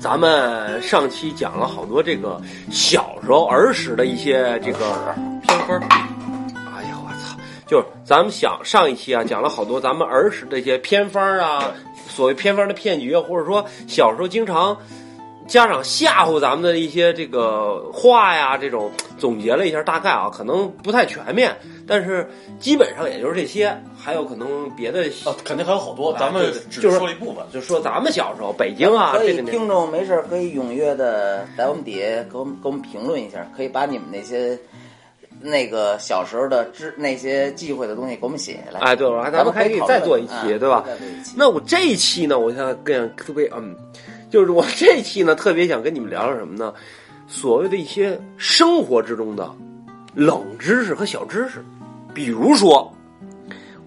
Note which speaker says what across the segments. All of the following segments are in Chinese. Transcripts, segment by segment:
Speaker 1: 咱们上期讲了好多这个小时候儿时的一些这个
Speaker 2: 偏科儿，
Speaker 1: 哎呀，我操！就是咱们想上一期啊，讲了好多咱们儿时的一些偏方啊，所谓偏方的骗局啊，或者说小时候经常家长吓唬咱们的一些这个话呀，这种总结了一下，大概啊，可能不太全面，但是基本上也就是这些，还有可能别的，
Speaker 2: 啊，肯定还有好多，咱
Speaker 1: 对
Speaker 2: 们
Speaker 1: 对
Speaker 2: 只
Speaker 1: 就是
Speaker 2: 说了一部分。
Speaker 1: 就说咱们小时候北京啊，
Speaker 3: 所
Speaker 1: 这
Speaker 3: 以
Speaker 1: 个年
Speaker 3: 听众没事儿可以踊跃的在我们底下给我们给我们评论一下，可以把你们那些那个小时候的知那些忌讳的东西给我啊们写下来。
Speaker 1: 哎，对，我还咱们还可以再做一
Speaker 3: 啊
Speaker 1: 期，对吧？
Speaker 3: 再做一期
Speaker 1: 那我这一期呢，我想跟特别嗯，就是我这一期呢，特别想跟你们聊聊什么呢？所谓的一些生活之中的冷知识和小知识，比如说，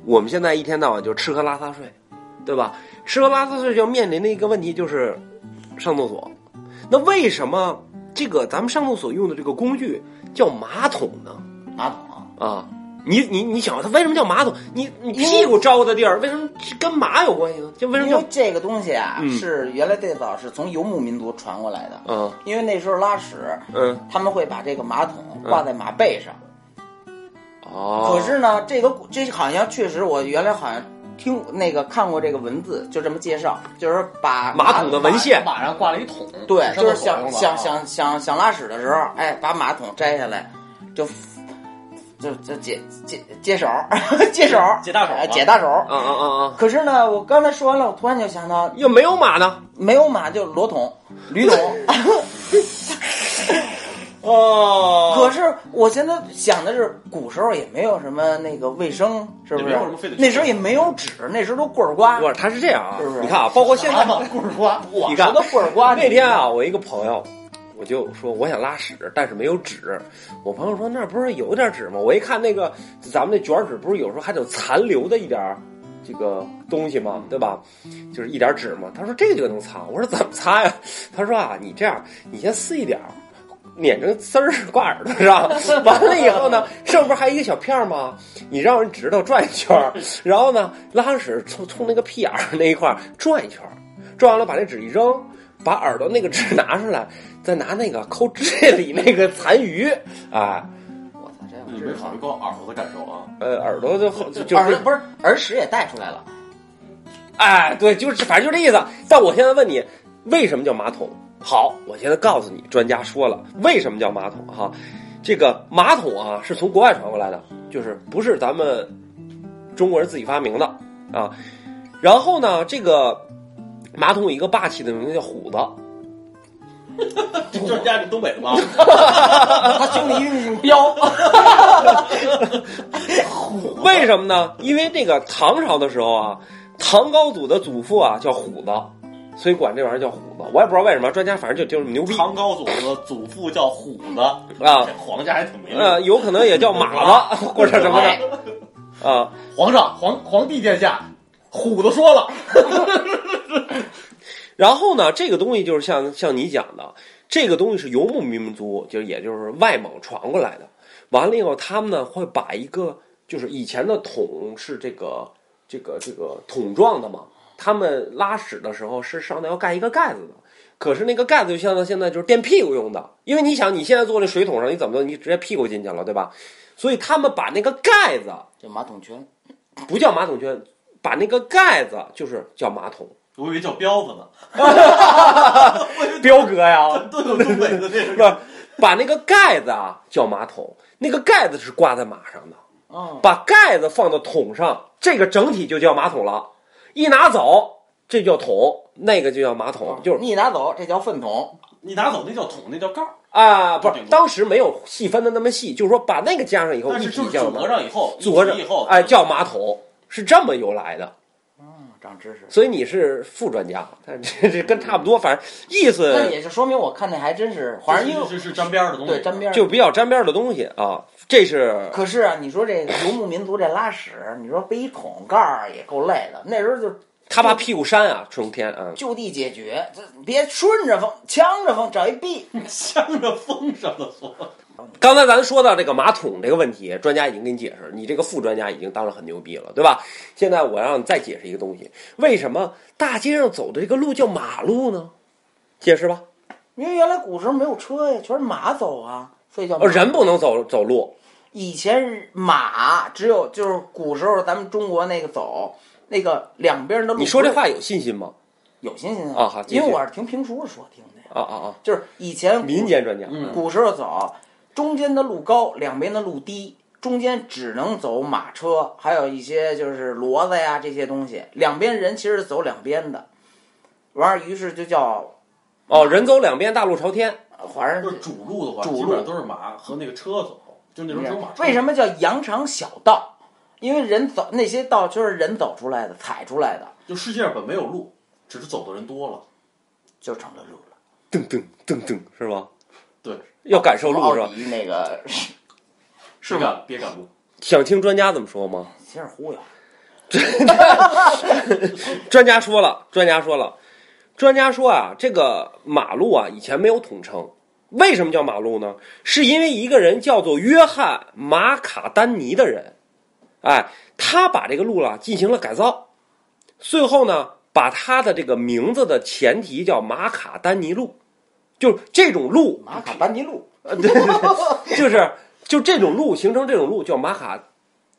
Speaker 1: 我们现在一天到晚就吃喝拉撒睡，对吧？吃喝拉撒睡就要面临的一个问题就是上厕所。那为什么这个咱们上厕所用的这个工具叫马桶呢？
Speaker 3: 马桶啊，
Speaker 1: 啊，你你你想，它为什么叫马桶？你你屁股招的地儿，为什么跟马有关系呢？就为什么
Speaker 3: 因为
Speaker 1: 叫
Speaker 3: 这个东西啊、
Speaker 1: 嗯
Speaker 3: 是原来最早是从游牧民族传过来的，
Speaker 1: 啊？
Speaker 3: 因为那时候拉屎，
Speaker 1: 嗯，
Speaker 3: 他们会把这个马桶挂在马背上。
Speaker 1: 哦，
Speaker 3: 可是呢，这个这好像确实，我原来好像听那个看过这个文字，就这么介绍，就是说把
Speaker 1: 马桶的文献
Speaker 2: 马上挂了一桶，
Speaker 3: 对，
Speaker 2: 上
Speaker 3: 就
Speaker 2: 厕
Speaker 3: 是
Speaker 2: 所用
Speaker 3: 想
Speaker 2: 的啊
Speaker 3: 想想想想拉屎的时候，哎，把马桶摘下来，就就就解解解手， 解手，
Speaker 2: 解大手
Speaker 3: 哎
Speaker 2: 啊
Speaker 3: 解大手。
Speaker 1: 啊啊啊啊，
Speaker 3: 可是呢，我刚才说完了，我突然就想到，
Speaker 1: 又没有马呢？
Speaker 3: 没有马就裸桶、驴桶。
Speaker 1: 哦
Speaker 3: 可是我现在想的是，古时候也没有什么那个卫生，是不
Speaker 2: 也
Speaker 3: 是
Speaker 2: 没有什么非得？
Speaker 3: 那时候也没有纸，那时候都棍儿刮
Speaker 1: 不。是，他是这样啊
Speaker 3: 是不，是
Speaker 1: 你看啊，包括现
Speaker 2: 现在
Speaker 1: 在，
Speaker 2: 嘛，棍儿刮，哇
Speaker 1: 你看
Speaker 3: 我啊都棍儿刮你
Speaker 1: 那天啊，我一个朋友。我就说我想拉屎，但是没有纸。我朋友说那儿不是有点纸吗？我一看那个咱们那卷纸，不是有时候还得有残留的一点儿这个东西
Speaker 3: 嗯
Speaker 1: 嘛，对吧？就是一点纸嘛。他说这个能擦，我说怎么擦呀？他说啊，你这样，你先撕一点儿，捻成丝儿挂耳朵上，完了以后呢，上边还有一个小片儿嘛，你让人指头转一圈儿，然后呢，拉屎冲冲那个屁眼儿那一块儿转一圈儿，转完了把那纸一扔，把耳朵那个纸拿出来，再拿那个抠这里那个残余，哎，
Speaker 3: 我操，这我
Speaker 2: 你
Speaker 3: 知
Speaker 2: 嗯没
Speaker 3: 道
Speaker 2: 考虑过耳朵的感受 啊？
Speaker 1: 呃，耳朵就就就
Speaker 3: 耳
Speaker 1: 是
Speaker 3: 朵不是耳屎也带出来 了，
Speaker 1: 哎，对，就是反正就这意思。但我现在问你，为什么叫马桶？好，我现在告诉你，专家说了，为什么叫马桶哈、这个马桶啊，是从国外传过来的，就是不是咱们中国人自己发明的啊。然后呢，这个马桶有一个霸气的名字叫虎子，
Speaker 2: 这专家是东北 的吗？
Speaker 3: 他胸里一挺彪。
Speaker 1: 为什么呢？因为那个唐朝的时候啊，唐高祖的祖父啊叫虎子，所以管这玩意儿叫虎子。我也不知道为什么，专家反正就就是牛逼
Speaker 2: 唐高祖的祖父叫虎子，
Speaker 1: 啊
Speaker 2: 这。皇家还挺没
Speaker 1: 呃，
Speaker 2: 名。
Speaker 1: 有可能也叫马子 或者什么
Speaker 3: 哎
Speaker 1: 的啊。
Speaker 2: 皇上，皇皇帝殿下，虎子说了，
Speaker 1: 然后呢，这个东西就是像像你讲的，这个东西是游牧民族，就是也就是外蒙传过来的。完了以后，他们呢会把一个就是以前的桶是这个这个这个桶状的嘛，他们拉屎的时候是上头要盖一个盖子的。可是那个盖子就相当于现在就是垫屁股用的，因为你想你现在坐那水桶上，你怎么弄？你直接屁股进去了，对吧？所以他们把那个盖子
Speaker 3: 这马桶圈，
Speaker 1: 不叫马桶圈，把那个盖子就是叫马桶。
Speaker 2: 我以为叫 彪子呢，
Speaker 1: 彪哥呀，
Speaker 2: 都有东北的这
Speaker 1: 不
Speaker 2: 个。
Speaker 1: 是，把那个盖子啊叫马桶，那个盖子是挂在马上的，
Speaker 3: 嗯，
Speaker 1: 把盖子放到桶上，这个整体就叫马桶了。一拿走，这叫桶，那个就叫马
Speaker 2: 啊
Speaker 1: 桶，就是
Speaker 3: 你拿走，这叫粪桶。
Speaker 2: 你拿走那叫桶，那叫盖儿，
Speaker 1: 啊，不
Speaker 2: 顶多
Speaker 1: 是，当时没有细分的那么细，就是说把那个加上以后
Speaker 2: 但
Speaker 1: 一
Speaker 2: 是
Speaker 1: 体
Speaker 2: 就是
Speaker 1: 叫
Speaker 2: 组
Speaker 1: 马
Speaker 2: 合上以后，
Speaker 1: 组合
Speaker 2: 一起以后，
Speaker 1: 哎，叫马桶是这么由来的。
Speaker 3: 嗯，长知识。
Speaker 1: 所以你是副专家，但是这这跟差不多，反正意
Speaker 3: 那
Speaker 1: 思
Speaker 3: 也是说明我看那还真是，
Speaker 2: 这
Speaker 3: 反
Speaker 2: 是，
Speaker 3: 正因为
Speaker 2: 这是沾边儿的东西，
Speaker 3: 对沾边儿。
Speaker 1: 呃就比较沾边的东西啊。这是
Speaker 3: 可是啊，你说这游牧民族这拉屎，你说背一桶盖儿也够累的。那时候就
Speaker 1: 他怕屁股山啊，冲天啊。
Speaker 3: 就地解决，这别顺着风，呛着风，找一避。
Speaker 2: 向着风上的说。
Speaker 1: 刚才咱说到这个马桶这个问题，专家已经给你解释，你这个副专家已经当然很牛逼了，对吧？现在我让你再解释一个东西，为什么大街上走的这个路叫马路呢？解释吧。
Speaker 3: 因为原来古时候没有车呀，全是马走啊，所以叫马
Speaker 1: 哦，人不能走走路，
Speaker 3: 以前马只有就是古时候咱们中国那个走那个两边的路。
Speaker 1: 你说这话有信心吗？
Speaker 3: 有信心
Speaker 1: 啊好继续
Speaker 3: 因为我是听评书说听的呀，
Speaker 1: 啊啊
Speaker 3: 就是以
Speaker 1: 啊！
Speaker 3: 前
Speaker 1: 民间专家，
Speaker 3: 古时候走，中间的路高，两边的路低，中间只能走马车，还有一些就是骡子呀这些东西。两边人其实是走两边的，完儿于是就叫呃
Speaker 1: 哦，人走两边，大路朝天。
Speaker 3: 华人
Speaker 4: 就是主路的话，
Speaker 3: 主路
Speaker 4: 基本上都是马和那个车走，就那种只有马车。
Speaker 3: 为什么叫羊肠小道？因为人走那些道就是人走出来的、踩出来的，
Speaker 4: 就世界上本没有路，只是走的人多了。
Speaker 3: 就成了路了。
Speaker 1: 噔噔噔噔，是吧？
Speaker 4: 对，
Speaker 1: 要感受路
Speaker 3: 奥
Speaker 1: 是吧？
Speaker 3: 迪那个 是
Speaker 4: 是吧？别赶路，
Speaker 1: 想听专家怎么说吗？
Speaker 3: 接着忽悠，
Speaker 1: 专家说了，专家说了，专家说啊，这个马路啊，以前没有统称。为什么叫马路呢？是因为一个人叫做约翰·马卡丹尼的人，哎，他把这个路啦进行了改造，最后呢，把他的这个名字的前提叫马卡丹尼路，就是这种路
Speaker 3: 马卡班尼路
Speaker 1: 就是就这种路形成这种路叫马卡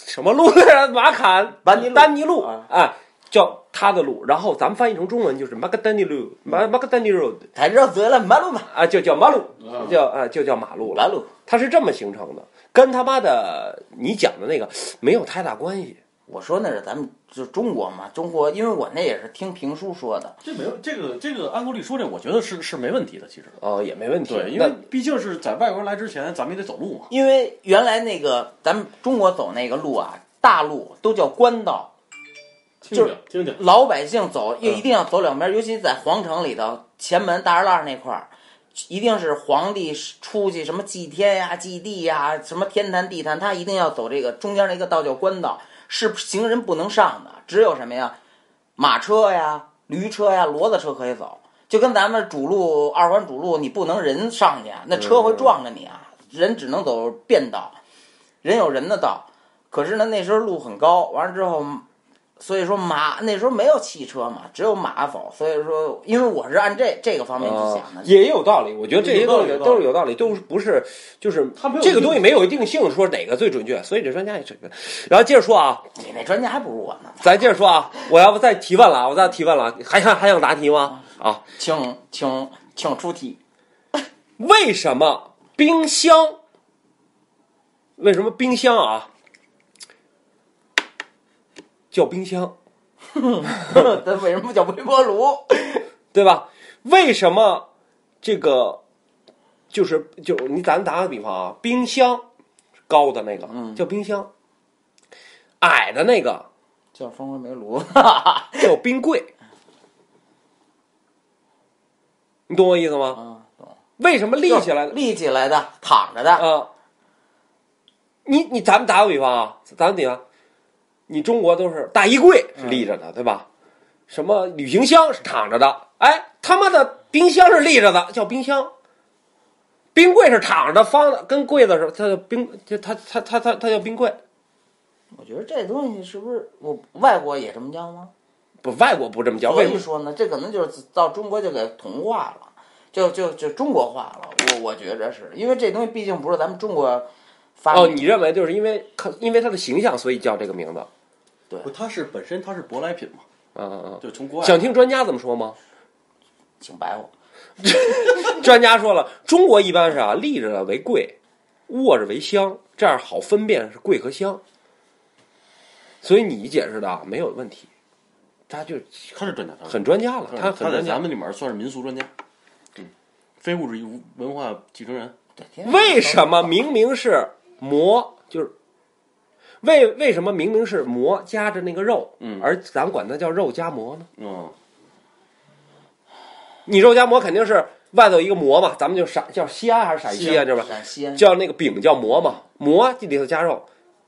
Speaker 1: 什么路来着？马卡
Speaker 3: 班尼路
Speaker 1: 丹尼路
Speaker 3: 啊
Speaker 1: 啊，叫他的路。然后咱们翻译成中文就是马卡丹尼路，马马卡丹尼路
Speaker 3: 才绕嘴了马路嘛，
Speaker 1: 啊，就叫马路，
Speaker 4: 嗯
Speaker 1: 叫啊就叫马路
Speaker 3: 马
Speaker 1: 了。
Speaker 3: 路
Speaker 1: 它是这么形成的，跟他妈的你讲的那个没有太大关系。
Speaker 3: 我说那是咱们就中国嘛，中国，因为我那也是听评书说的，
Speaker 4: 这没有这个这个按道理说这，我觉得是是没问题的。其实
Speaker 1: 哦，也没问题。
Speaker 4: 对，因
Speaker 1: 那
Speaker 4: 为毕竟是在外国人来之前，咱们也得走路嘛。
Speaker 3: 因为原来那个咱们中国走那个路啊，大路都叫官道，
Speaker 4: 听
Speaker 3: 就
Speaker 4: 听
Speaker 3: 是
Speaker 4: 听听，
Speaker 3: 老百姓走又一定要走两边，尤其在皇城里头，前门大栅栏那块儿。一定是皇帝出去什么祭天呀、祭地呀、什么天坛、地坛，他一定要走这个中间那个道叫官道，是行人不能上的，只有什么呀，马车呀、驴车呀、骡子车可以走，就跟咱们主路二环主路，你不能人上去啊，那车会撞着你啊，人只能走便道，人有人的道。可是呢，那时候路很高，完了之后，所以说马那时候没有汽车嘛，只有马走，所以说，因为我是按这这个方面去
Speaker 1: 啊
Speaker 3: 想的，
Speaker 1: 也有道理，我觉得这些东西
Speaker 4: 有道理
Speaker 1: 都是有道理，都是不是就是
Speaker 4: 他没有
Speaker 1: 这个
Speaker 4: 定
Speaker 1: 东西没有一定性，说哪个最准确，所以这专家也准确。然后接着说啊，
Speaker 3: 你那专家还不如我呢，
Speaker 1: 咱接着说啊，我要不再提问了啊，我再提问了，还想还想答题吗？啊，
Speaker 3: 请请请出题。
Speaker 1: 为什么冰箱？为什么冰箱啊叫冰箱，
Speaker 3: 他为什么不叫微波炉？
Speaker 1: 对吧？为什么这个就是就你咱打个比方啊，冰箱高的那个、叫冰箱，矮的那个
Speaker 3: 叫蜂窝煤 炉。
Speaker 1: 叫冰柜，你懂我意思吗？
Speaker 3: 嗯，懂。
Speaker 1: 为什么立起来的？
Speaker 3: 立起来的，嗯躺着的，
Speaker 1: 啊，你你咱们打个比方啊，咱们比方，你中国都是大衣柜是立着的，对吧？什么旅行箱是躺着的，哎，他妈的冰箱是立着的，叫冰箱。冰柜是躺着的，方的，跟柜子似的，它叫冰，就它它它它它叫冰柜。
Speaker 3: 我觉得这东西是不是我外国也这么叫吗？
Speaker 1: 不，外国不这么叫，
Speaker 3: 所
Speaker 1: 为什
Speaker 3: 以
Speaker 1: 么？
Speaker 3: 说呢，这可能就是到中国就给同化了，就就就中国化了。我我觉着是因为这东西毕竟不是咱们中国发明
Speaker 1: 哦，你认为就是因为看，因为它的形象，所以叫这个名字。啊
Speaker 4: 不，它是本身它是舶来品嘛，
Speaker 1: 嗯嗯
Speaker 4: 就从国
Speaker 1: 嗯。
Speaker 4: 外。
Speaker 1: 想听专家怎么说吗？
Speaker 3: 请白话，
Speaker 1: 专家说了，中国一般是啊立着为柜，卧着为箱，这样好分辨是柜和箱。所以你解释的啊没有问题，他就
Speaker 4: 他是专家，他是
Speaker 1: 很专家了，
Speaker 4: 嗯他
Speaker 1: 很
Speaker 4: 在
Speaker 1: 专
Speaker 4: 咱
Speaker 1: 家。
Speaker 4: 们里面算是民俗专家，嗯，非物质遗物文化继承人。
Speaker 3: 对，天天
Speaker 1: 为什么明明是馍，就是为为什么明明是馍夹着那个肉，
Speaker 4: 嗯
Speaker 1: 而咱管它叫肉夹馍呢？
Speaker 4: 嗯，
Speaker 1: 你肉夹馍肯定是外头一个馍嘛，咱们就陕叫西安还是陕西啊？这边
Speaker 3: 陕西啊
Speaker 1: 叫那个饼叫馍嘛，馍里头加肉。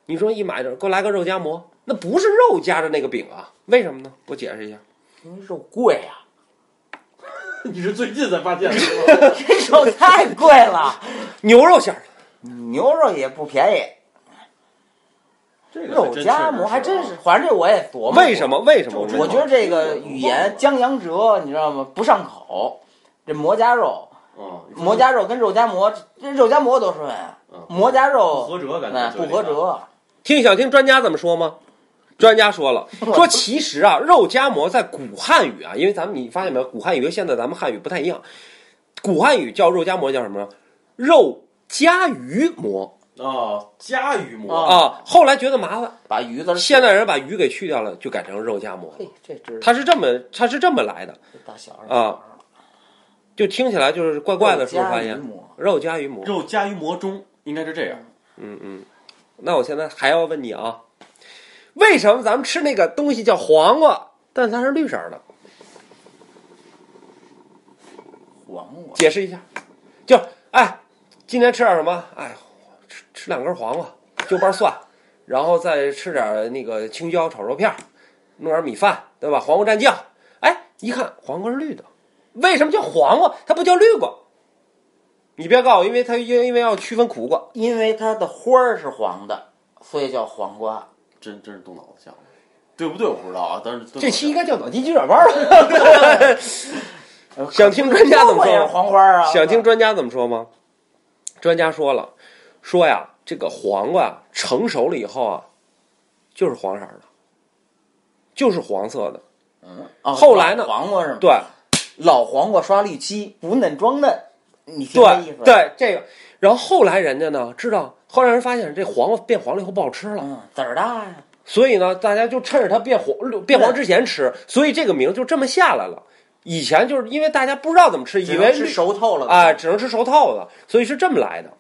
Speaker 1: 你说一买着给我来个肉夹馍，那不是肉夹着那个饼啊？为什么呢？给我解释一下。
Speaker 3: 因为肉贵啊，
Speaker 4: 你是最近才发现的是吧？
Speaker 3: 这肉太贵了，
Speaker 1: 牛肉馅儿
Speaker 3: 牛肉也不便宜。
Speaker 4: 这个
Speaker 3: 肉夹馍还真
Speaker 4: 啊
Speaker 3: 是，反正这我也琢磨过。
Speaker 1: 为什么？为什么？
Speaker 4: 这
Speaker 3: 我觉得这个语言江洋折，你知道吗？不上口，这磨夹肉，
Speaker 4: 啊，你说
Speaker 3: 磨夹肉跟肉夹馍，这肉夹馍多顺啊
Speaker 4: 嗯！
Speaker 3: 磨夹
Speaker 2: 不
Speaker 3: 肉
Speaker 2: 合辙，感
Speaker 3: 哎
Speaker 2: 觉
Speaker 3: 不合。辙，
Speaker 1: 听想听专家怎么说吗？专家说了，说其实啊，肉夹馍在古汉语啊，因为咱们你发现没有，古汉语跟现在咱们汉语不太一样，古汉语叫肉夹馍叫什么？肉夹鱼馍
Speaker 2: 哦，家鱼馍，
Speaker 1: 啊。后来觉得麻烦，
Speaker 3: 把鱼字儿
Speaker 1: 现代人把鱼给去掉了，就改成肉夹馍。
Speaker 3: 嘿，这知识
Speaker 1: 它是这么，它是这么来的，
Speaker 3: 大小孩儿
Speaker 1: 啊，就听起来就是怪怪的，是不是发
Speaker 3: 肉夹鱼
Speaker 1: 现？
Speaker 3: 馍
Speaker 1: 肉夹鱼馍，
Speaker 4: 肉夹于馍中，应该是这样。
Speaker 1: 嗯嗯。那我现在还要问你啊，为什么咱们吃那个东西叫黄瓜，但它是绿色的？
Speaker 3: 黄瓜，
Speaker 1: 解释一下，就哎，今天吃点什么？哎，吃吃两根黄瓜，就瓣蒜，然后再吃点那个青椒炒肉片儿，弄点米饭，对吧？黄瓜蘸酱。哎，一看黄瓜是绿的，为什么叫黄瓜？它不叫绿瓜？你别告诉我，因为它因因为要区分苦瓜。
Speaker 3: 因为它的花儿是黄的，所以叫黄瓜。
Speaker 4: 真真是动脑子想，对不对？我不知道啊，但是
Speaker 1: 这期应该叫脑筋急转弯了。 想听专家怎么
Speaker 3: 我也是
Speaker 1: 说？
Speaker 3: 黄花儿啊，
Speaker 1: 想听专家怎么说吗？专家说了，说呀，这个黄瓜啊成熟了以后啊，就是黄色儿的，就是黄色的。
Speaker 3: 嗯哦
Speaker 1: 后来呢
Speaker 3: 老黄瓜是吗？
Speaker 1: 对
Speaker 3: 老黄瓜刷绿漆，不嫩装嫩。你听这意
Speaker 1: 对
Speaker 3: 思？，
Speaker 1: 对，这个。然后后来人家呢知道，后来人发现这黄瓜变黄了以后不好吃了，
Speaker 3: 嗯，籽儿大呀。
Speaker 1: 所以呢，大家就趁着它变黄变黄之前吃，所以这个名就这么下来了。以前就是因为大家不知道怎么吃，以
Speaker 3: 只能
Speaker 1: 为
Speaker 3: 吃
Speaker 1: 绿
Speaker 3: 熟透了的
Speaker 1: 哎，，只能吃熟透的，所以是这么来的。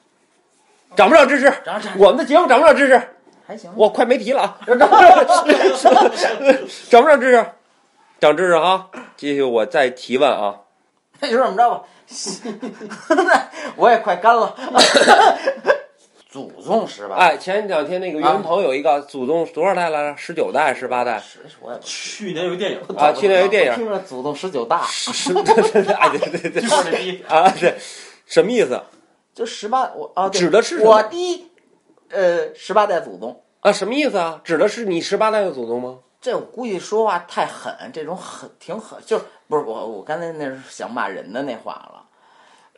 Speaker 1: 涨不涨知识？
Speaker 3: 长长
Speaker 1: 啊我们的节目涨不涨知识？
Speaker 3: 还行吧。
Speaker 1: 我快没题 了啊！涨不涨？涨不涨知识？涨知识哈！继续，我再提问啊。
Speaker 3: 那就这么着吧， 我也快 干了。 祖宗十八，
Speaker 1: 哎，前两天那个岳云鹏有一个祖宗多少代来着？十九代、十八代
Speaker 3: 十我也不
Speaker 2: 去年有一电影，
Speaker 1: 啊？去年有一电影，
Speaker 3: 听着祖宗十九大，
Speaker 1: 十对 对哎对对对
Speaker 2: 就是那逼，
Speaker 1: 啊对，什么意思
Speaker 3: 就十八我啊，对
Speaker 1: 指的是什么
Speaker 3: 我的呃十八代祖宗。
Speaker 1: 啊？什么意思啊？指的是你十八代的祖宗吗？
Speaker 3: 这我估计说话太狠，这种狠挺狠，就是不是我我刚才那是想骂人的那话了，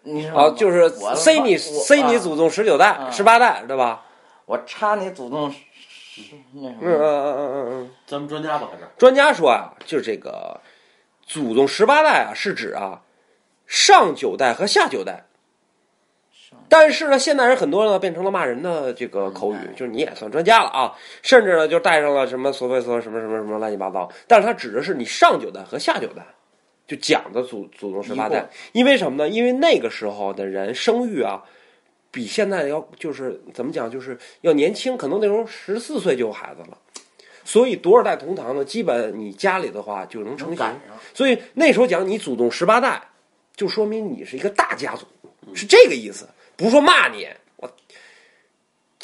Speaker 3: 你知道吗？
Speaker 1: 啊，就是
Speaker 3: 嗯我
Speaker 1: 塞你
Speaker 3: 我
Speaker 1: 塞你
Speaker 3: 啊
Speaker 1: 祖宗十九代、
Speaker 3: 啊
Speaker 1: 十八代，对吧？
Speaker 3: 我插你祖宗是那什
Speaker 1: 嗯嗯
Speaker 3: 么？
Speaker 1: 嗯嗯嗯嗯。
Speaker 4: 咱们专家吧，还是
Speaker 1: 专家说啊，就这个祖宗十八代啊，是指啊上九代和下九代。但是呢，现代人很多呢变成了骂人的这个口语，就是你也算专家了啊，甚至呢就带上了什么所谓所谓什么什么什么乱七八糟，但是它指的是你上九代和下九代，就讲的祖祖宗十八代，因为什么呢？因为那个时候的人生育啊，比现在要就是怎么讲，就是要年轻，可能那时候十四岁就有孩子了。所以多少代同堂呢？基本你家里的话就能成型
Speaker 3: 能赶。上，
Speaker 1: 所以那时候讲你祖宗十八代，就说明你是一个大家族，是这个意思，不是说骂你，我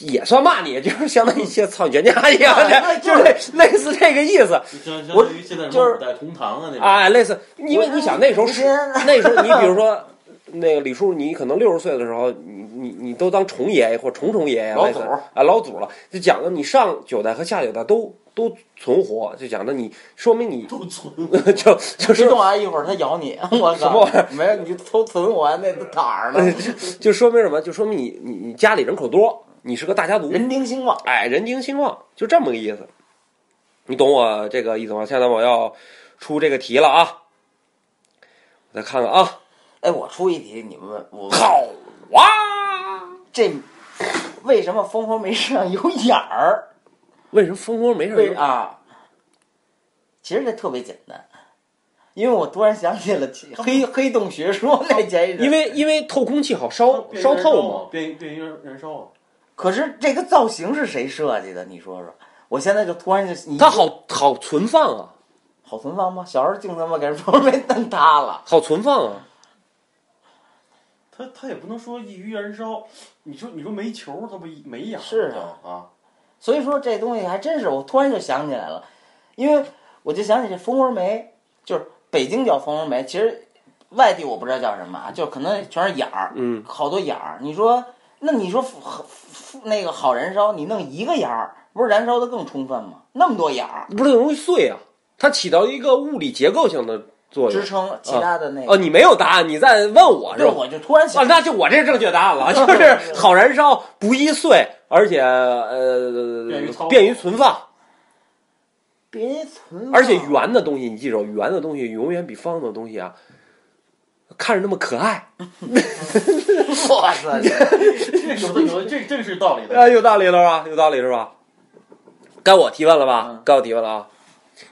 Speaker 1: 也算骂你，就是相当于些操你全家一样
Speaker 3: 那
Speaker 1: 的，
Speaker 3: 就
Speaker 1: 就是是类类似这个意思。
Speaker 4: 就相 相
Speaker 1: 我
Speaker 4: 当于现在什
Speaker 1: 就
Speaker 4: 么
Speaker 1: 是
Speaker 4: 五代同堂啊那种。
Speaker 1: 哎，类似，因为你想那时候是
Speaker 3: 我我我
Speaker 1: 那时候，你比如说那个李叔，你可能六十岁的时候，你你你都当重爷爷或重重爷爷
Speaker 3: 老
Speaker 1: 类似
Speaker 3: 祖
Speaker 1: 啊老祖了，就讲的你上九代和下九代都都存活，就讲的你说明你
Speaker 4: 都存
Speaker 1: 就就
Speaker 3: 别
Speaker 1: 是
Speaker 3: 动啊！一会儿它咬 你，我靠！
Speaker 1: 什么玩意儿
Speaker 3: 没有，你偷存我那哪儿呢？
Speaker 1: 就说明什么？就说明你你你家里人口多，你是个大家族，
Speaker 3: 人丁兴旺，
Speaker 1: 哎，人丁兴旺，就这么个意思。你懂我这个意思吗？现在我要出这个题了啊！我再看看啊，
Speaker 3: 哎，我出一题，你们问我问
Speaker 1: 好啊！
Speaker 3: 这为什么蜂窝煤上有眼儿？
Speaker 1: 为什么蜂窝没 事儿
Speaker 3: 为
Speaker 1: 就？
Speaker 3: 啊？其实这特别简单，因为我突然想起了 其黑黑洞学说那前一阵，
Speaker 1: 因为因为透空气好烧
Speaker 4: 变啊
Speaker 1: 烧
Speaker 4: 燃
Speaker 1: 透嘛。
Speaker 4: 嘛，变变于燃烧啊。
Speaker 3: 可是这个造型是谁设计的？你说说，我现在就突然就你
Speaker 1: 它好好存放啊，
Speaker 3: 好存放吗？小时候净他妈给人蜂窝煤蹬塌了，
Speaker 1: 好存放啊。
Speaker 4: 它它也不能说易于燃烧，你说你说煤球它不一没氧
Speaker 3: 是啊
Speaker 4: 啊啊，
Speaker 3: 所以说这东西还真是，我突然就想起来了，因为我就想起这蜂窝煤，就是北京叫蜂窝煤，其实外地我不知道叫什么啊，就可能全是眼儿，
Speaker 1: 嗯，
Speaker 3: 好多眼儿。你说，那你说复合复那个好燃烧，你弄一个眼儿，不是燃烧的更充分吗？那么多眼儿，
Speaker 1: 不是容易碎啊，它起到一个物理结构性的作用
Speaker 3: 支。撑其他的那
Speaker 1: 哦，
Speaker 3: 个。
Speaker 1: 你没有答案，你在问我是
Speaker 3: 对，
Speaker 1: 吧？
Speaker 3: 我就突然
Speaker 1: 啊，
Speaker 3: 想，
Speaker 1: 那就我这正确答案了，就是好燃烧，不易碎，而且呃
Speaker 4: 便于操作
Speaker 1: 便于存放，
Speaker 3: 别存放，
Speaker 1: 而且圆的东西，你记住，圆的东西永远比方的东西啊，看着那么可爱。
Speaker 3: 哇塞，
Speaker 4: 有的有的，这这是道理的。
Speaker 1: 哎，有道理了吧？有道理是吧？该我提问了吧？
Speaker 3: 嗯
Speaker 1: 该我提问了啊！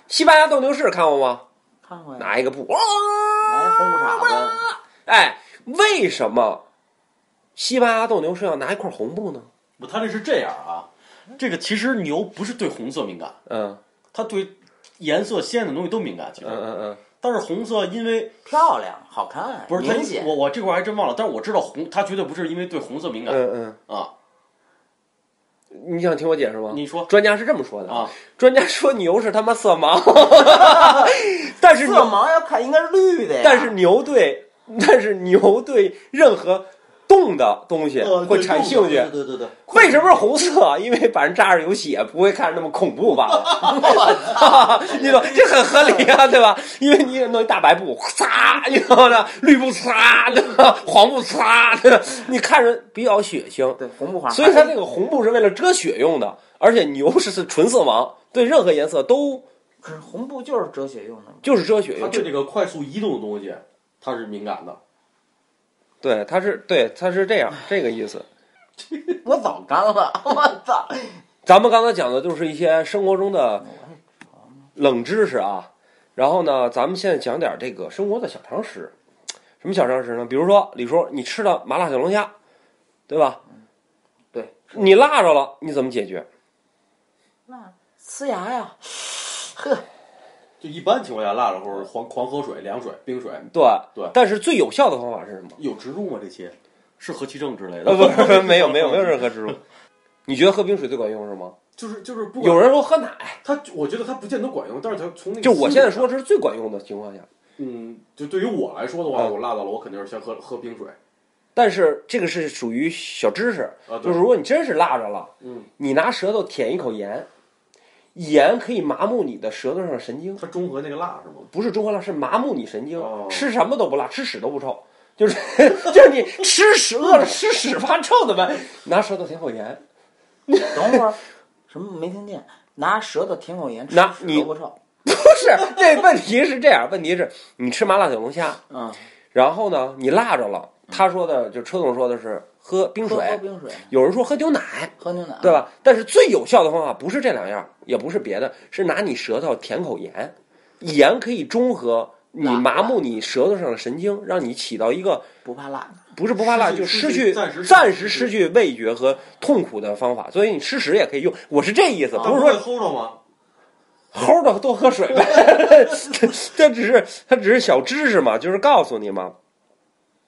Speaker 1: 西班牙斗牛士看过吗？
Speaker 3: 看过呀，
Speaker 1: 拿一个布，
Speaker 3: 拿红裤衩子，
Speaker 1: 哎，为什么西班牙斗牛士要拿一块红布呢？
Speaker 4: 不，他这是这样啊，这个其实牛不是对红色敏感，
Speaker 1: 嗯
Speaker 4: 它对颜色鲜艳的东西都敏感，其
Speaker 1: 嗯
Speaker 4: 实。
Speaker 1: 嗯嗯，
Speaker 4: 但是红色因为
Speaker 3: 漂亮，好看，
Speaker 4: 不是它
Speaker 3: 明显
Speaker 4: 我，我这块儿还真忘了，但是我知道红，它绝对不是因为对红色敏感
Speaker 1: 嗯
Speaker 4: 啊。
Speaker 1: 嗯，你想听我解释吗？
Speaker 4: 你说
Speaker 1: 专家是这么说的
Speaker 4: 啊，
Speaker 1: 专家说牛是他妈色 盲， 但是
Speaker 3: 色
Speaker 1: 牛
Speaker 3: 盲要看应该是绿的呀，
Speaker 1: 但是牛对但是牛对任何动的东西
Speaker 3: 呃
Speaker 4: 呃
Speaker 1: 会产兴趣。
Speaker 4: 对对对，
Speaker 1: 为什么是红色？因为把人扎着有血，不会看着那么恐怖吧？你懂，这很合理啊，对吧？因为你弄一大白布，嚓，你知道吗？绿布嚓，对吧？黄布嚓，对吧？你看着比较血腥，
Speaker 3: 对红不黄，
Speaker 1: 所以它这个红布是为了遮血用的，而且牛是是纯色盲，对任何颜色都
Speaker 3: 可是红布就是遮血用的嘛，
Speaker 1: 就是遮血
Speaker 4: 它
Speaker 1: 用。
Speaker 4: 啊对这个快速移动的东西，它是敏感的。
Speaker 1: 对，它是对，它是这样这个意思。
Speaker 3: 我早干了， 我操，
Speaker 1: 咱们刚才讲的就是一些生活中的冷知识啊，然后呢，咱们现在讲点这个生活的小常识。什么小常识呢？比如说，李叔，你吃了麻辣小龙虾，对吧？
Speaker 3: 对，
Speaker 1: 你辣着了，你怎么解决？
Speaker 3: 那呲牙呀，呵，
Speaker 4: 就一般情况下，辣了或者狂狂喝水、凉水、冰水，
Speaker 1: 对
Speaker 4: 对
Speaker 1: 但是最有效的方法是什么？
Speaker 4: 有植入吗？这些是和其正之类的？
Speaker 1: 呃，不是，不是没有， 没有，没有任何植入。你觉得喝冰水最管用是吗？
Speaker 4: 就是就是不管
Speaker 1: 有人说喝奶，
Speaker 4: 它，我觉得它不见得管用，但是它从那个
Speaker 1: 就我
Speaker 4: 心理
Speaker 1: 现在
Speaker 4: 上
Speaker 1: 说，这是最管用的情况下。
Speaker 4: 嗯，就对于我来说的话，
Speaker 1: 嗯
Speaker 4: 我辣到了，我肯定是先喝喝冰水
Speaker 1: 但是这个是属于小知识，就
Speaker 4: 啊，对
Speaker 1: 是，如果你真是辣着了，
Speaker 4: 嗯，
Speaker 1: 你拿舌头舔一口盐，盐可以麻木你的舌头上的神经，
Speaker 4: 它中和那个辣是吗？
Speaker 1: 不是中和辣，是麻木你神经。
Speaker 4: 哦
Speaker 1: 吃什么都不辣，吃屎都不臭，就是 就是你吃屎饿了吃屎怕臭怎么办？拿舌头舔口盐，
Speaker 3: 等会儿什么没听见，拿舌头舔口盐，吃
Speaker 1: 拿
Speaker 3: 屎
Speaker 1: 你
Speaker 3: 都不臭，
Speaker 1: 不是这问题是这样，问题是你吃麻辣小龙虾，
Speaker 3: 嗯，
Speaker 1: 然后呢你辣着了，他说的就车总说的是喝冰
Speaker 3: 多喝
Speaker 1: 水，
Speaker 3: 冰水，
Speaker 1: 有人说喝牛奶，
Speaker 3: 喝牛
Speaker 4: 啊
Speaker 3: 奶，
Speaker 1: 对吧？但是最有效的方法不是这两样，也不是别的，是拿你舌头舔口盐，盐可以中和你
Speaker 3: 辣
Speaker 1: 麻木你舌头上的神经，让你起到一个
Speaker 3: 不怕辣，
Speaker 1: 不是不怕辣，
Speaker 4: 失
Speaker 1: 就
Speaker 4: 去失
Speaker 1: 失
Speaker 4: 去
Speaker 1: 去
Speaker 4: 暂时
Speaker 1: 暂
Speaker 4: 失
Speaker 1: 时
Speaker 4: 去
Speaker 1: 失去味觉和痛苦的方法。所以你吃屎也可以用，我是这意思，不是
Speaker 4: 会
Speaker 1: 说
Speaker 4: 齁着吗？
Speaker 1: 齁的多喝水 呗，这只是它只是小知识嘛，就是告诉你嘛。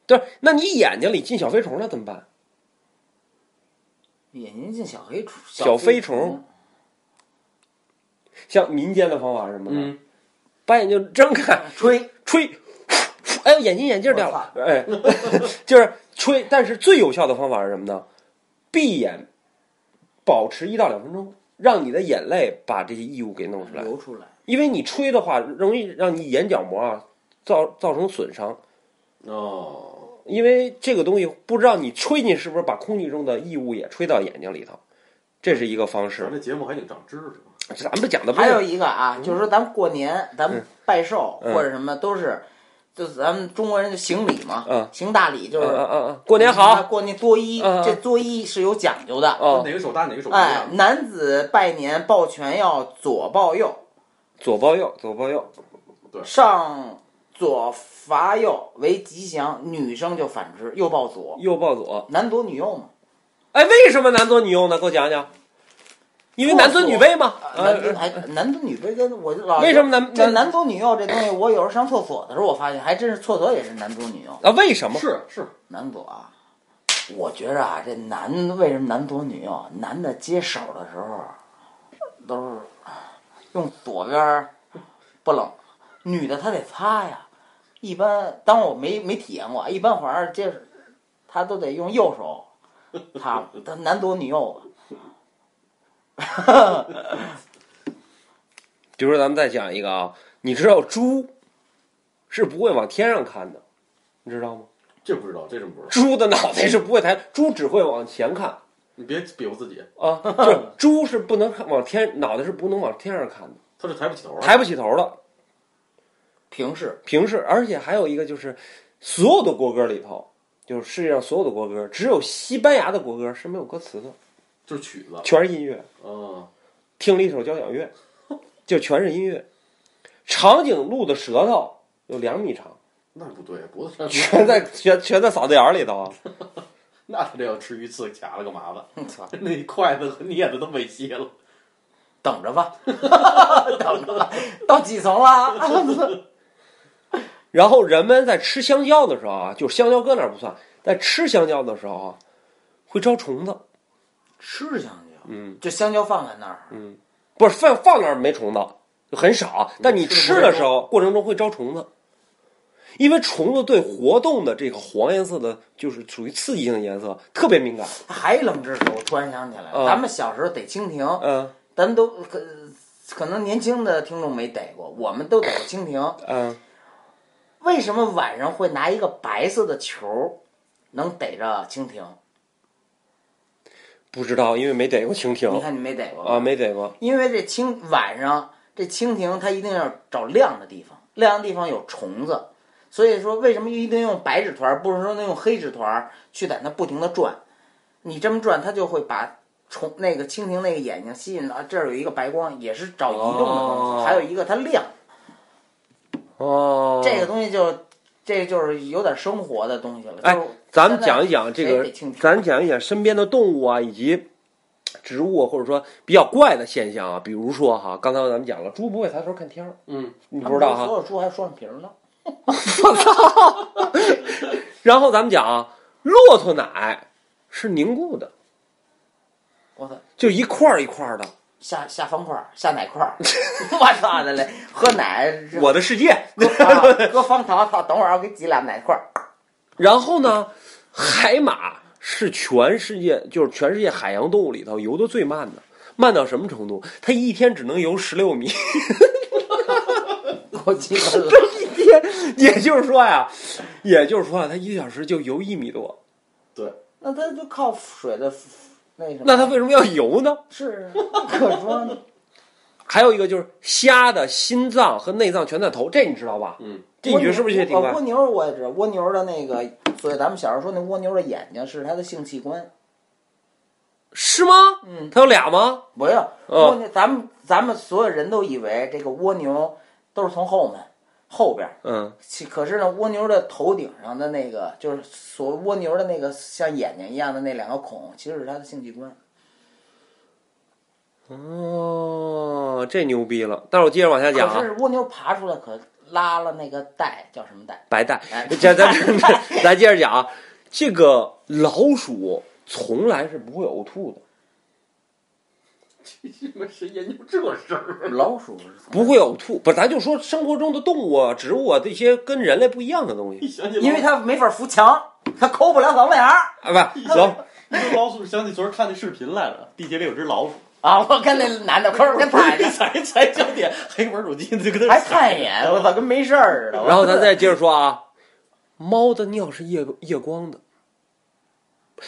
Speaker 1: 对，那你眼睛里进小飞虫了怎么办？
Speaker 3: 眼睛进小黑虫，
Speaker 1: 小
Speaker 3: 飞
Speaker 1: 飞虫，像民间的方法是什么呢？
Speaker 4: 嗯，
Speaker 1: 把眼睛睁开，
Speaker 3: 吹，
Speaker 1: 吹，哎，眼睛眼镜掉了， 哎，就是吹。但是最有效的方法是什么呢？闭眼，保持一到两分钟，让你的眼泪把这些异物给弄出来。
Speaker 3: 流出来，
Speaker 1: 因为你吹的话，容易让你眼角膜啊造造成损伤。
Speaker 4: 哦，
Speaker 1: 因为这个东西不知道你吹进是不是把空气中的异物也吹到眼睛里头，这是一个方式
Speaker 4: 咱。这节目还挺长知识。
Speaker 1: 咱们讲的不
Speaker 3: 还有
Speaker 1: 是
Speaker 3: 一个啊，就是说咱们过年，咱们拜寿
Speaker 1: 嗯
Speaker 3: 或者什么都是，就咱们中国人就行礼嘛，
Speaker 1: 嗯
Speaker 3: 行大礼就
Speaker 1: 嗯
Speaker 3: 是
Speaker 1: 嗯嗯嗯，过年好，
Speaker 3: 过年作揖，
Speaker 1: 嗯嗯
Speaker 3: 这作揖是有讲究的。
Speaker 1: 哦，
Speaker 4: 哪个手搭哪个手啊不一
Speaker 3: 哎，
Speaker 4: 样？
Speaker 3: 男子拜年抱拳要左抱右，
Speaker 1: 左抱右，左抱右，
Speaker 3: 上左伐右为吉祥；女生就反之，右抱左，
Speaker 1: 右抱左。
Speaker 3: 男左女右嘛。
Speaker 1: 哎，为什么男左女右呢？给我讲讲。因为男尊女卑嘛。
Speaker 3: 男
Speaker 1: 呃
Speaker 3: 还男左女卑跟我就老
Speaker 1: 为什么男
Speaker 3: 这
Speaker 1: 男
Speaker 3: 男左女右这东西，我有时候上厕所的时候，我发现还真是厕所也是男左女右。
Speaker 1: 啊？为什么？
Speaker 4: 是是，
Speaker 3: 男左啊，我觉着啊，这男为什么男左女右？男的接手的时候都是用左边儿不冷，女的她得擦呀。一般，当然我没没体验过，啊一般好像是接他都得用右手擦，他男左女右吧。
Speaker 1: 比如说，咱们再讲一个啊，你知道猪是不会往天上看的，你知道吗？
Speaker 4: 这不知道，这真不知道。
Speaker 1: 猪的脑袋是不会抬，猪只会往前看
Speaker 4: 你别比划自己，
Speaker 1: 啊，就是猪是不能看往天，脑袋是不能往天上看的，
Speaker 4: 他是抬不起头来。
Speaker 1: 抬不起头了。
Speaker 3: 平视
Speaker 1: 平视，而且还有一个就是，所有的国歌里头，就是世界上所有的国歌，只有西班牙的国歌是没有歌词的，
Speaker 4: 就是曲子，
Speaker 1: 全是音乐。
Speaker 4: 嗯，
Speaker 1: 听了一首交响乐，就全是音乐。长颈鹿的舌头有两米长，
Speaker 4: 那不对，脖子上
Speaker 1: 全在全全在嗓子眼儿里头啊。
Speaker 4: 那他这要吃鱼刺卡了个麻烦，
Speaker 3: 嗯操
Speaker 4: 那筷子和镊子都没戏了。
Speaker 3: 等着吧， 等着吧，到几层了啊？
Speaker 1: 然后人们在吃香蕉的时候啊，就是香蕉搁那儿不算，在吃香蕉的时候啊，会招虫子。
Speaker 3: 吃香蕉，
Speaker 1: 嗯，
Speaker 3: 就香蕉放在那儿，
Speaker 1: 不是放放那儿没虫子，就很少。啊但你嗯吃的时候过程中会招虫子，因为虫子对活动的这个黄颜色的，就是属于刺激性的颜色，特别敏感。
Speaker 3: 还有一冷知识，我突然想起来了，
Speaker 1: 嗯
Speaker 3: 咱们小时候逮蜻蜓，
Speaker 1: 嗯
Speaker 3: 咱们都可可能年轻的听众没逮过，我们都逮过蜻蜓。
Speaker 1: 嗯，
Speaker 3: 为什么晚上会拿一个白色的球儿能逮着蜻蜓？
Speaker 1: 不知道，因为没逮过蜻
Speaker 3: 你
Speaker 1: 蜓
Speaker 3: 看你没逮过吧
Speaker 1: 啊，没逮过。
Speaker 3: 因为这蜻晚上这蜻蜓它一定要找亮的地方，亮的地方有虫子，所以说为什么一定用白纸团儿，不是说那用黑纸团儿去在那不停的转？你这么转，它就会把虫那个蜻蜓那个眼睛吸引到这儿有一个白光，也是找移动的东西，
Speaker 1: 哦
Speaker 3: 还有一个它亮，
Speaker 1: 哦，
Speaker 3: 这个东西就这就是有点生活的东西了。
Speaker 1: 哎
Speaker 3: 就是
Speaker 1: 咱们讲一讲这
Speaker 3: 现
Speaker 1: 个
Speaker 3: 在谁逮哎蜻蜓，
Speaker 1: 咱讲一讲身边的动物啊，以及植物啊，或者说比较怪的现象啊，比如说哈，刚才咱们讲了，猪不会抬头看天儿，
Speaker 4: 嗯，
Speaker 1: 你不知道哈。
Speaker 3: 他们所有书还有双眼皮儿呢。
Speaker 1: 然后咱们讲啊，骆驼奶是凝固的，
Speaker 3: 我操，
Speaker 1: 就一块儿一块儿的。
Speaker 3: 下下方块儿，下奶块儿， 我操的嘞！喝奶，
Speaker 1: 我的世界。
Speaker 3: 搁啊搁方糖，操！等会儿我给挤俩奶块儿。
Speaker 1: 然后呢，海马是全世界就是全世界海洋动物里头游得最慢的，慢到什么程度？它一天只能游十六米。
Speaker 3: 我记 得了，
Speaker 1: 一天， 也就是说呀，也就是说啊，它一个小时就游一米多。
Speaker 4: 对，
Speaker 3: 那它就靠水的那什么？
Speaker 1: 那它为什么要游呢？
Speaker 3: 是可说呢
Speaker 1: 还有一个就是虾的心脏和内脏全在头，这你知道吧？
Speaker 4: 嗯，
Speaker 1: 这你觉得是不是也挺
Speaker 3: 蜗
Speaker 1: 怪
Speaker 3: 牛蜗？牛我也知道，蜗牛的那个，所以咱们小时候说那蜗牛的眼睛是它的性器官。
Speaker 1: 是吗？
Speaker 3: 嗯，
Speaker 1: 它有俩吗？
Speaker 3: 不是
Speaker 1: 嗯
Speaker 3: 蜗牛，咱们咱们所有人都以为这个蜗牛都是从后面后边儿。
Speaker 1: 嗯，
Speaker 3: 其可是呢，蜗牛的头顶上的那个，就是所蜗牛的那个像眼睛一样的那两个孔，其实是它的性器官。
Speaker 1: 哦，这牛逼了。但是我接着往下讲
Speaker 3: 可
Speaker 1: 啊，
Speaker 3: 是蜗牛爬出来可拉了那个带，叫什么带？
Speaker 1: 白带。
Speaker 3: 哎，
Speaker 1: 咱 咱咱接着讲啊，这个老鼠从来是不会呕吐的，
Speaker 4: 你们谁研究这事 儿？啊
Speaker 3: 老鼠是从
Speaker 1: 不会呕吐。不是，咱就说生活中的动物啊、植物啊这些跟人类不一样的东
Speaker 4: 一
Speaker 1: 西
Speaker 4: 想起老
Speaker 3: 因为它没法扶墙，它抠不了嗓子眼儿
Speaker 1: 啊，不走。
Speaker 4: 一说老鼠，想起昨儿看那视频来了，地铁里有只老鼠，
Speaker 3: 啊！我跟那男的抠着跟踩着，
Speaker 4: 才才焦点，黑玩手机就跟他
Speaker 3: 还 看一眼，我操，跟没事儿似的。
Speaker 1: 然后咱再接着说啊，猫的尿是夜夜光的，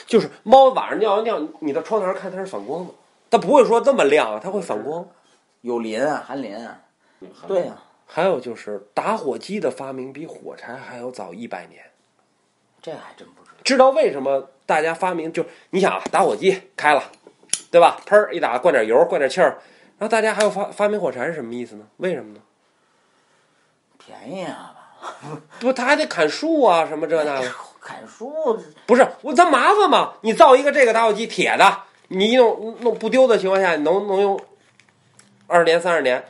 Speaker 1: 就是猫晚上尿完尿，你到窗台上看它是反光的，它不会说这么亮，啊它会反光。
Speaker 3: 有磷啊，含磷啊，
Speaker 4: 嗯
Speaker 3: 对啊呀、
Speaker 1: 还有就是打火机的发明比火柴还要早一百年，
Speaker 3: 这还真不知道。
Speaker 1: 知道为什么大家发明就是你想啊，打火机开了，对吧？喷儿一打，灌点油，灌点气儿，然后大家还要发发明火柴是什么意思呢？为什么呢？
Speaker 3: 便宜啊，
Speaker 1: 不，他还得砍树啊，什么这那的。
Speaker 3: 嗯 砍树
Speaker 1: 不是我，咱麻烦嘛！你造一个这个打火机，铁的，你弄弄不丢的情况下，你能能用二十年、三十年。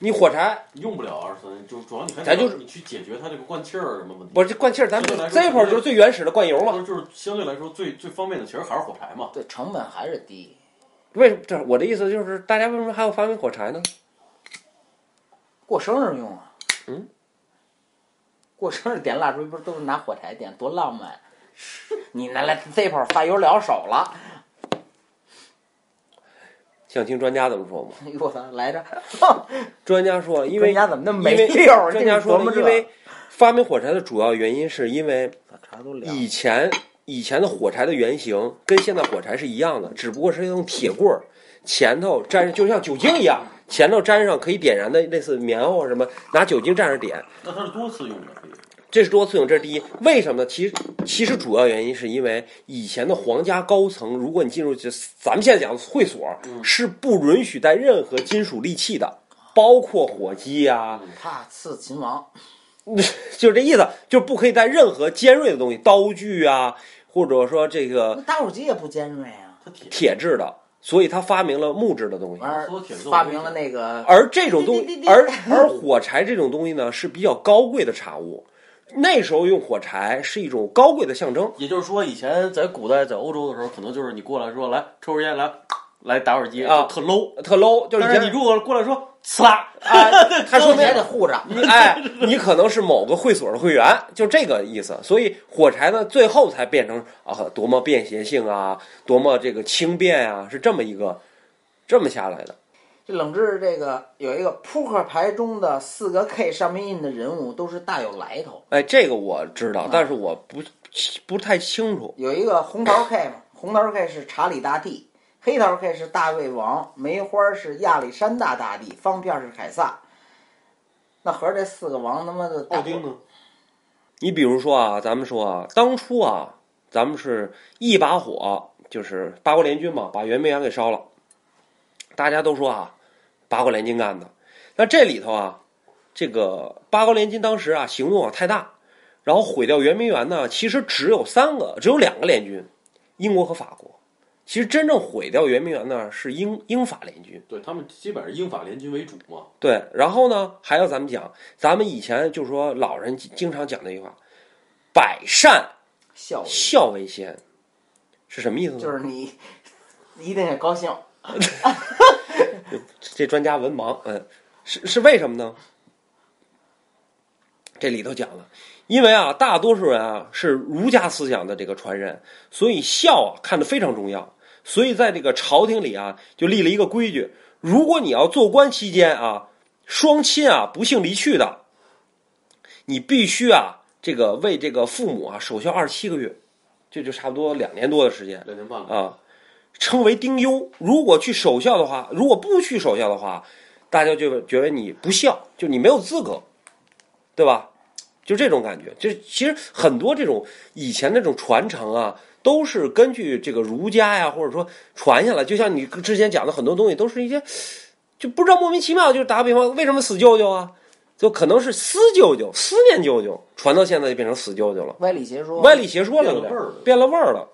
Speaker 1: 你火柴，
Speaker 4: 用不了二十三，就主要你还
Speaker 1: 咱就是
Speaker 4: 你去解决它这个灌气儿什么问题。
Speaker 1: 我这灌气儿，咱
Speaker 4: 对来说
Speaker 1: 这会儿就是最原始的灌油嘛。
Speaker 4: 就是就是相对来说最最方便的，其实还是火柴嘛。
Speaker 3: 对成本还是低，
Speaker 1: 为什么？这我的意思就是，大家为什么还要发明火柴呢？
Speaker 3: 过生日用啊。
Speaker 1: 嗯。
Speaker 3: 过生日点蜡烛不是都是拿火柴点，多浪漫！啊你拿来这会儿发油燎手了，
Speaker 1: 想听专家怎么说吗？
Speaker 3: 哎呦我操，来着。
Speaker 1: 专家说，因
Speaker 3: 专
Speaker 1: 为
Speaker 3: 家怎么那么
Speaker 1: 因
Speaker 3: 没
Speaker 1: 为
Speaker 3: 溜儿？啊
Speaker 1: 专家说了，
Speaker 3: 这个琢磨
Speaker 1: 因为发明火柴的主要原因是因为
Speaker 3: 把茶都凉了。
Speaker 1: 以前以前的火柴的原型跟现在火柴是一样的，只不过是用铁棍儿前头沾上，就像酒精一样，前头沾上可以点燃的类似棉花什么，拿酒精蘸上点。
Speaker 4: 那它是多次用的，可以。
Speaker 1: 这是多次用，这是第一。为什么呢？其实其实主要原因是因为以前的皇家高层，如果你进入就咱们现在讲的会所，是不允许带任何金属利器的，包括火机呀、
Speaker 3: 怕刺秦王，
Speaker 1: 就是这意思，就是不可以带任何尖锐的东西，刀具啊，或者说这个
Speaker 3: 那打火机也不尖锐啊。
Speaker 4: 它铁
Speaker 1: 铁制的，所以他发明了木质的东西。
Speaker 3: 完
Speaker 4: 所有铁
Speaker 3: 儿
Speaker 4: 做
Speaker 3: 发明了 那个
Speaker 1: 而这种东
Speaker 3: 啊滴滴
Speaker 1: 西，
Speaker 3: 滴滴
Speaker 1: 而而火柴这种东西呢，是比较高贵的产物。那时候用火柴是一种高贵的象征，
Speaker 4: 也就是说，以前在古代在欧洲的时候，可能就是你过来说来抽根烟来，来打会儿机
Speaker 1: 啊
Speaker 4: 就特 low。
Speaker 1: 特 low，就是
Speaker 4: 但
Speaker 1: 以
Speaker 4: 是
Speaker 1: 前
Speaker 4: 你如果过来说呲啦，
Speaker 1: 哎， 他说
Speaker 3: 说
Speaker 1: 明
Speaker 3: 也得护着，
Speaker 1: 你哎，你可能是某个会所的会员，就这个意思。所以火柴呢，最后才变成啊，多么便携性啊，多么这个轻便啊，是这么一个这么下来的。
Speaker 3: 这冷知识这个有一个扑克牌中的四个 K 上面印的人物都是大有来头，
Speaker 1: 哎，这个我知
Speaker 3: 啊
Speaker 1: 道，但是我不不太清楚。
Speaker 3: 有一个红桃 K 嘛，红桃 K 是查理大帝，黑桃 K 是大胃王，梅花是亚历山大大帝，方片是凯撒。那合着这四个王他妈的打
Speaker 4: 奥
Speaker 1: 啊
Speaker 4: 丁呢？
Speaker 1: 你比如说啊，咱们说啊，当初啊，咱们是一把火，就是八国联军嘛，把圆明园给烧了。大家都说啊，八国联军干的。那这里头啊，这个八国联军当时啊行动啊太大，然后毁掉圆明园呢，其实只有三个，只有两个联军，英国和法国。其实真正毁掉圆明园呢是英英法联军。
Speaker 4: 对他们基本上英法联军为主嘛。
Speaker 1: 对，然后呢，还要咱们讲，咱们以前就说老人经经常讲那句话，百善
Speaker 3: 笑话，
Speaker 1: 孝为先，是什么意思呢？
Speaker 3: 就是你一定得高兴，
Speaker 1: 这专家文盲，嗯，是是为什么呢？这里头讲了，因为啊，大多数人啊是儒家思想的这个传人，所以孝啊看得非常重要。所以在这个朝廷里啊，就立了一个规矩：如果你要做官期间啊，双亲啊不幸离去的，你必须啊这个为这个父母啊守孝二十七个月，这就差不多两年多的时间。
Speaker 4: 两年半了，
Speaker 1: 啊，称为丁忧。如果去守孝的话，如果不去守孝的话，大家就觉得你不孝，就你没有资格，对吧？就这种感觉。就其实很多这种以前那种传承啊，都是根据这个儒家呀，或者说传下来。就像你之前讲的很多东西，都是一些就不知道莫名其妙。就是打个比方，为什么死舅舅啊？就可能是思舅舅、思念舅舅，传到现在就变成死舅舅了，
Speaker 3: 歪理邪说。
Speaker 1: 歪理邪说了，
Speaker 4: 变
Speaker 1: 有
Speaker 4: 了
Speaker 1: 点
Speaker 4: 味儿了。
Speaker 1: 变了味儿了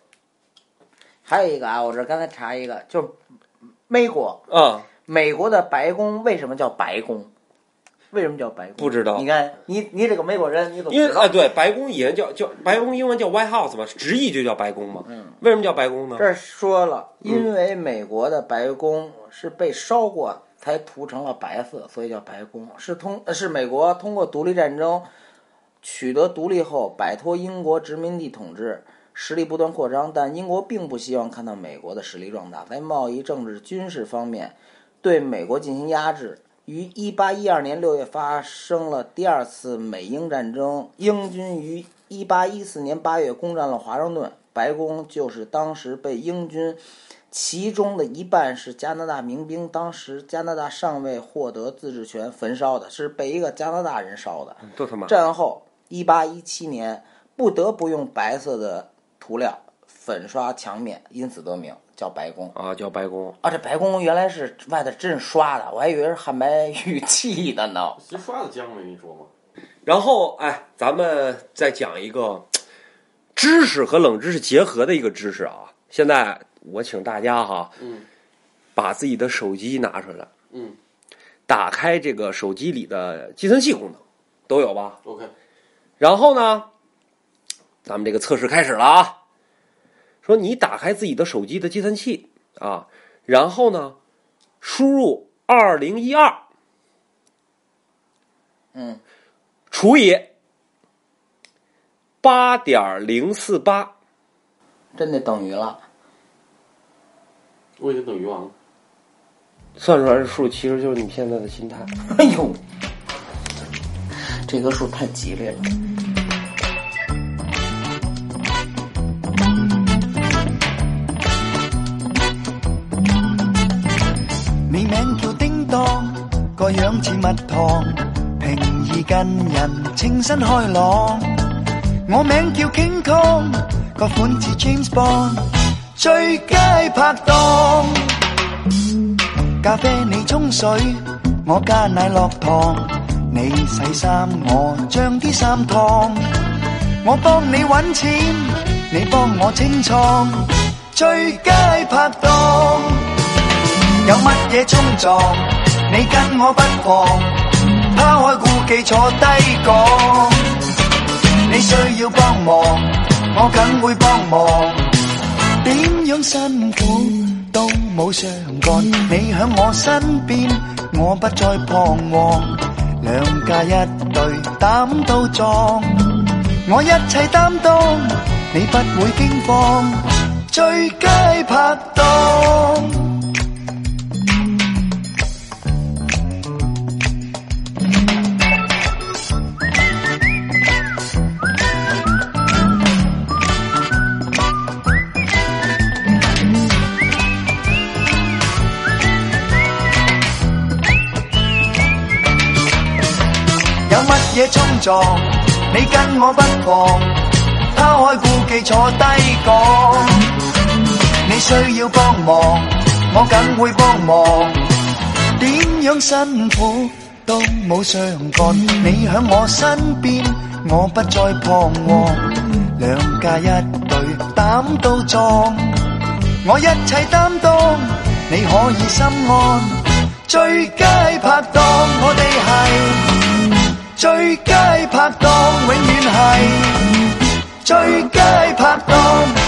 Speaker 3: 还有一个啊，我这刚才查一个，就是美国，
Speaker 1: 啊、
Speaker 3: 美国的白宫为什么叫白宫？为什么叫白宫？
Speaker 1: 不知道
Speaker 3: 你。看，你你这个美国人，你怎么
Speaker 1: 因为
Speaker 3: 知道？
Speaker 1: 啊，对，白宫以前叫叫白宫，英文叫 White House 嘛，直译就叫白宫嘛。
Speaker 3: 嗯，
Speaker 1: 为什么叫白宫呢？
Speaker 3: 这儿说了，因为美国的白宫是被烧过才涂成了白色，所以叫白宫。是通呃是美国通过独立战争取得独立后，摆脱英国殖民地统治，实力不断扩张，但英国并不希望看到美国的实力壮大，在贸易、政治、军事方面对美国进行压制。于一八一二年六月发生了第二次美英战争，英军于一八一四年八月攻占了华盛顿，白宫就是当时被英军，其中的一半是加拿大民兵，当时加拿大尚未获得自治权焚烧的，是被一个加拿大人烧的。
Speaker 1: 都他妈
Speaker 3: 战后，一八一七年不得不用白色的涂料粉刷墙面，因此得名叫白宫。
Speaker 1: 啊，叫白宫。
Speaker 3: 啊，这白宫原来是外头真是刷的，我还以为是汉白 玉砌的呢。
Speaker 4: 其实刷子僵了，跟你说嘛，
Speaker 1: 然后，哎，咱们再讲一个知识和冷知识结合的一个知识啊。现在我请大家哈，
Speaker 4: 嗯，
Speaker 1: 把自己的手机拿出来，
Speaker 4: 嗯，
Speaker 1: 打开这个手机里的计算器功能，都有吧？
Speaker 4: ，OK，
Speaker 1: 然后呢，咱们这个测试开始了啊。说你打开自己的手机的计算器啊，然后呢，输入二零一二
Speaker 3: 嗯，
Speaker 1: 除以八点零四八，
Speaker 3: 真的等于了。
Speaker 4: 我已经等于完了。
Speaker 1: 算出来的数其实就是你现在的心态。
Speaker 3: 哎呦，哎这棵树太吉利了。
Speaker 5: 美名叫叮当，個樣似蜜糖，平易近人，清新開朗。我名叫 King Kong，個款似 James Bond，最佳拍檔。咖啡你沖水，我加奶落糖，你洗衫我將啲衫燙，我幫你揾錢，你幫我清倉，最佳拍檔。有乜嘢衝撞，你跟我不妨，拋開顧忌坐低講。你需要幫忙，我梗會幫忙。點樣辛苦都冇相干，你喺我身邊，我不再彷徨。兩家一對膽到撞，我一切擔當，你不會驚慌，最佳拍檔。有乜嘢衝撞，你跟我不妨，拋開顧忌坐低講。你需要幫忙，我梗會幫忙。點樣辛苦都冇相干，你喺我身邊，我不再彷徨。兩家一對膽到撞，我一切擔當，你可以心安。最佳拍檔，我哋係。最佳拍檔永遠係最佳拍檔。